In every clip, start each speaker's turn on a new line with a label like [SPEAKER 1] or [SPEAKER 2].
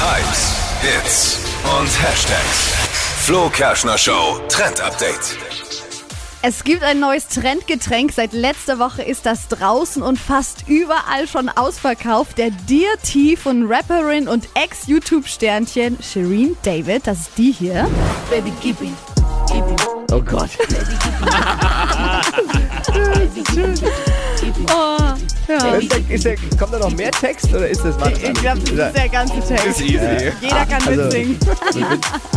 [SPEAKER 1] Hypes, Hits und Hashtags. Flo Kerschner Show Trend Update.
[SPEAKER 2] Es gibt ein neues Trendgetränk. Seit letzter Woche ist das draußen und fast überall schon ausverkauft. Der Dear Tea von Rapperin und Ex-YouTube-Sternchen Shireen David. Das ist die hier.
[SPEAKER 3] Baby, gib ihm. Gib ihm.
[SPEAKER 4] Oh Gott.
[SPEAKER 2] Oh,
[SPEAKER 3] Baby, gib ihm. Gib ihm.
[SPEAKER 4] Ist da, ist da, kommt da noch mehr Text oder ist das was?
[SPEAKER 2] Ich glaube, das ist der ganze Text.
[SPEAKER 1] Easy.
[SPEAKER 2] Jeder kann
[SPEAKER 4] Also-
[SPEAKER 2] mitsingen.
[SPEAKER 4] mit,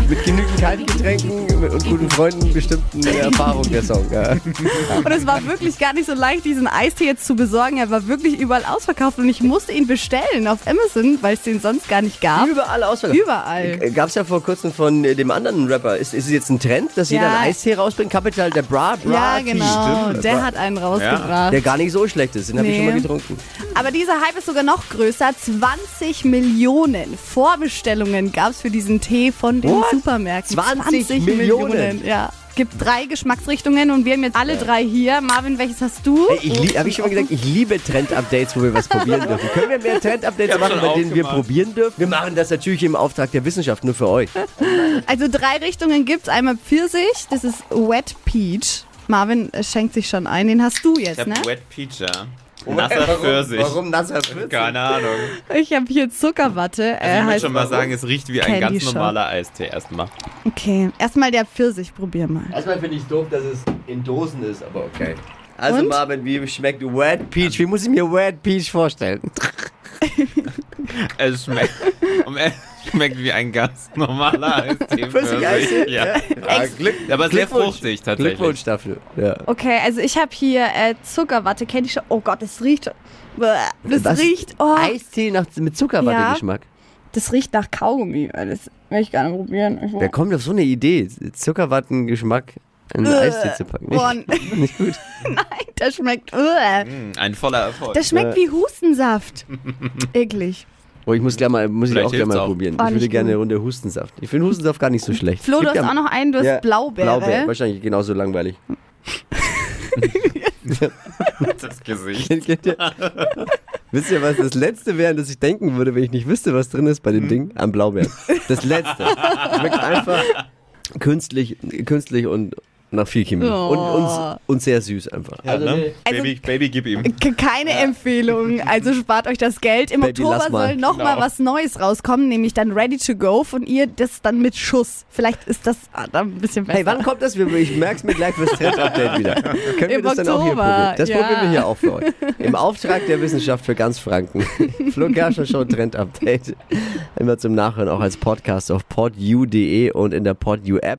[SPEAKER 4] mit genügend Kaltgetränken mit- und guten Freunden bestimmt eine Erfahrung der Song. Ja.
[SPEAKER 2] Und es war wirklich gar nicht so leicht, diesen Eistee jetzt zu besorgen. Er war wirklich überall ausverkauft und ich musste ihn bestellen auf Amazon, weil es den sonst gar nicht gab.
[SPEAKER 4] Überall ausverkauft.
[SPEAKER 2] Überall.
[SPEAKER 4] Gab es ja vor kurzem von äh, dem anderen Rapper. Ist, ist es jetzt ein Trend, dass jeder
[SPEAKER 2] Ja.
[SPEAKER 4] einen Eistee rausbringt? Capital, der Bra, Bra
[SPEAKER 2] Ja, genau. Der hat einen rausgebracht.
[SPEAKER 4] Der gar nicht so schlecht ist. Den habe ich
[SPEAKER 2] Nee.
[SPEAKER 4] schon mal getrunken.
[SPEAKER 2] Aber dieser Hype ist sogar noch größer. 20 Millionen Vorbestellungen gab es für diesen Tee von den
[SPEAKER 4] What?
[SPEAKER 2] Supermärkten.
[SPEAKER 4] 20 Millionen?
[SPEAKER 2] ja. Gibt drei Geschmacksrichtungen und wir haben jetzt alle drei hier. Marvin, welches hast du?
[SPEAKER 4] Hey, ich lieb- habe ich schon mal gesagt, ich liebe Trend-Updates, wo wir was probieren dürfen. Können wir mehr Trend-Updates machen, bei denen wir probieren dürfen? Wir machen das natürlich im Auftrag der Wissenschaft, nur für euch.
[SPEAKER 2] Also drei Richtungen gibt's. Einmal Pfirsich, das ist Wet Peach. Marvin äh, schenkt sich schon ein, den hast du jetzt,
[SPEAKER 5] Ich hab
[SPEAKER 2] ne?
[SPEAKER 5] Wet Peacher. Nasser Pfirsich.
[SPEAKER 4] Warum nasser Pfirsich?
[SPEAKER 5] Keine Ahnung.
[SPEAKER 2] Ich habe hier Zuckerwatte. äh,
[SPEAKER 5] Also ich würde
[SPEAKER 2] heißt-
[SPEAKER 5] schon mal sagen, es riecht wie ein
[SPEAKER 2] Candy
[SPEAKER 5] ganz
[SPEAKER 2] Shop.
[SPEAKER 5] normaler Eistee erstmal.
[SPEAKER 2] Okay, erstmal der Pfirsich, probier mal.
[SPEAKER 4] Erstmal finde ich doof, dass es in Dosen ist, aber okay. Also
[SPEAKER 2] Und?
[SPEAKER 4] Marvin, wie schmeckt Wet Peach? Wie muss ich mir Wet Peach vorstellen?
[SPEAKER 5] Es schmeckt, um ehrlich, es schmeckt wie ein ganz normaler Eistee.
[SPEAKER 4] Pfirsich Eistee?
[SPEAKER 5] Ja.
[SPEAKER 4] Ah, Glück,
[SPEAKER 5] Aber sehr
[SPEAKER 4] Glückwunsch.
[SPEAKER 5] fruchtig tatsächlich.
[SPEAKER 4] Glückwunsch dafür. Ja.
[SPEAKER 2] Okay, also ich habe hier äh, Zuckerwatte, Candy Shop. Oh Gott, das riecht. Bäh, Das
[SPEAKER 4] Was?
[SPEAKER 2] riecht. Oh.
[SPEAKER 4] Eistee nach, mit Zuckerwattegeschmack.
[SPEAKER 2] Das riecht nach Kaugummi. Das will ich gerne probieren. Ich
[SPEAKER 4] Wer kommt auf so eine Idee, Zuckerwattengeschmack in
[SPEAKER 2] Äh,
[SPEAKER 4] Eistee zu packen?
[SPEAKER 2] boah, n-
[SPEAKER 4] Nicht gut.
[SPEAKER 2] Nein, das schmeckt. Uah.
[SPEAKER 5] Mm, Ein voller Erfolg.
[SPEAKER 2] Das schmeckt wie Hustensaft. Eklig.
[SPEAKER 4] Oh, ich muss, gleich mal, muss ich
[SPEAKER 5] Vielleicht
[SPEAKER 4] auch gerne mal
[SPEAKER 5] hilft's auch.
[SPEAKER 4] probieren.
[SPEAKER 2] Oh,
[SPEAKER 4] ich würde
[SPEAKER 2] nicht
[SPEAKER 4] gerne
[SPEAKER 2] gut.
[SPEAKER 4] eine Runde Hustensaft. Ich finde Hustensaft gar nicht so schlecht.
[SPEAKER 2] Flo, du
[SPEAKER 4] Gibt
[SPEAKER 2] hast
[SPEAKER 4] ja-
[SPEAKER 2] auch noch einen, du hast
[SPEAKER 4] ja,
[SPEAKER 2] Blaubeere.
[SPEAKER 4] Blaubeere, wahrscheinlich genauso langweilig.
[SPEAKER 5] das Gesicht.
[SPEAKER 4] Kennt- kennt ihr? Wisst ihr, was das Letzte wäre, an das ich denken würde, wenn ich nicht wüsste, was drin ist bei dem
[SPEAKER 5] Hm.
[SPEAKER 4] Ding? Am Blaubeeren. Das Letzte. Schmeckt einfach künstlich, künstlich und nach viel Chemie.
[SPEAKER 2] Oh.
[SPEAKER 4] Und, und, und sehr süß einfach.
[SPEAKER 5] Ja,
[SPEAKER 4] Also,
[SPEAKER 5] ne?
[SPEAKER 2] Also-
[SPEAKER 5] Baby, Baby, gib ihm.
[SPEAKER 2] Ke- Keine Empfehlung, also spart euch das Geld. Im
[SPEAKER 4] Baby,
[SPEAKER 2] Oktober
[SPEAKER 4] lass mal.
[SPEAKER 2] soll noch mal
[SPEAKER 5] Genau.
[SPEAKER 2] was Neues rauskommen, nämlich dann Ready to Go von ihr, das dann mit Schuss. Vielleicht ist das ah, dann ein bisschen besser.
[SPEAKER 4] Hey, wann kommt das? Ich merk's mir gleich fürs Trend-Update wieder. Können wir
[SPEAKER 2] Im
[SPEAKER 4] das dann auch hier
[SPEAKER 2] Oktober,
[SPEAKER 4] probieren? Das
[SPEAKER 2] ja.
[SPEAKER 4] probieren wir hier auch für euch. Im Auftrag der Wissenschaft für ganz Franken. Flo Kerschner Show Trend-Update. Immer zum Nachhören auch als Podcast auf podu.de und in der PodU-App.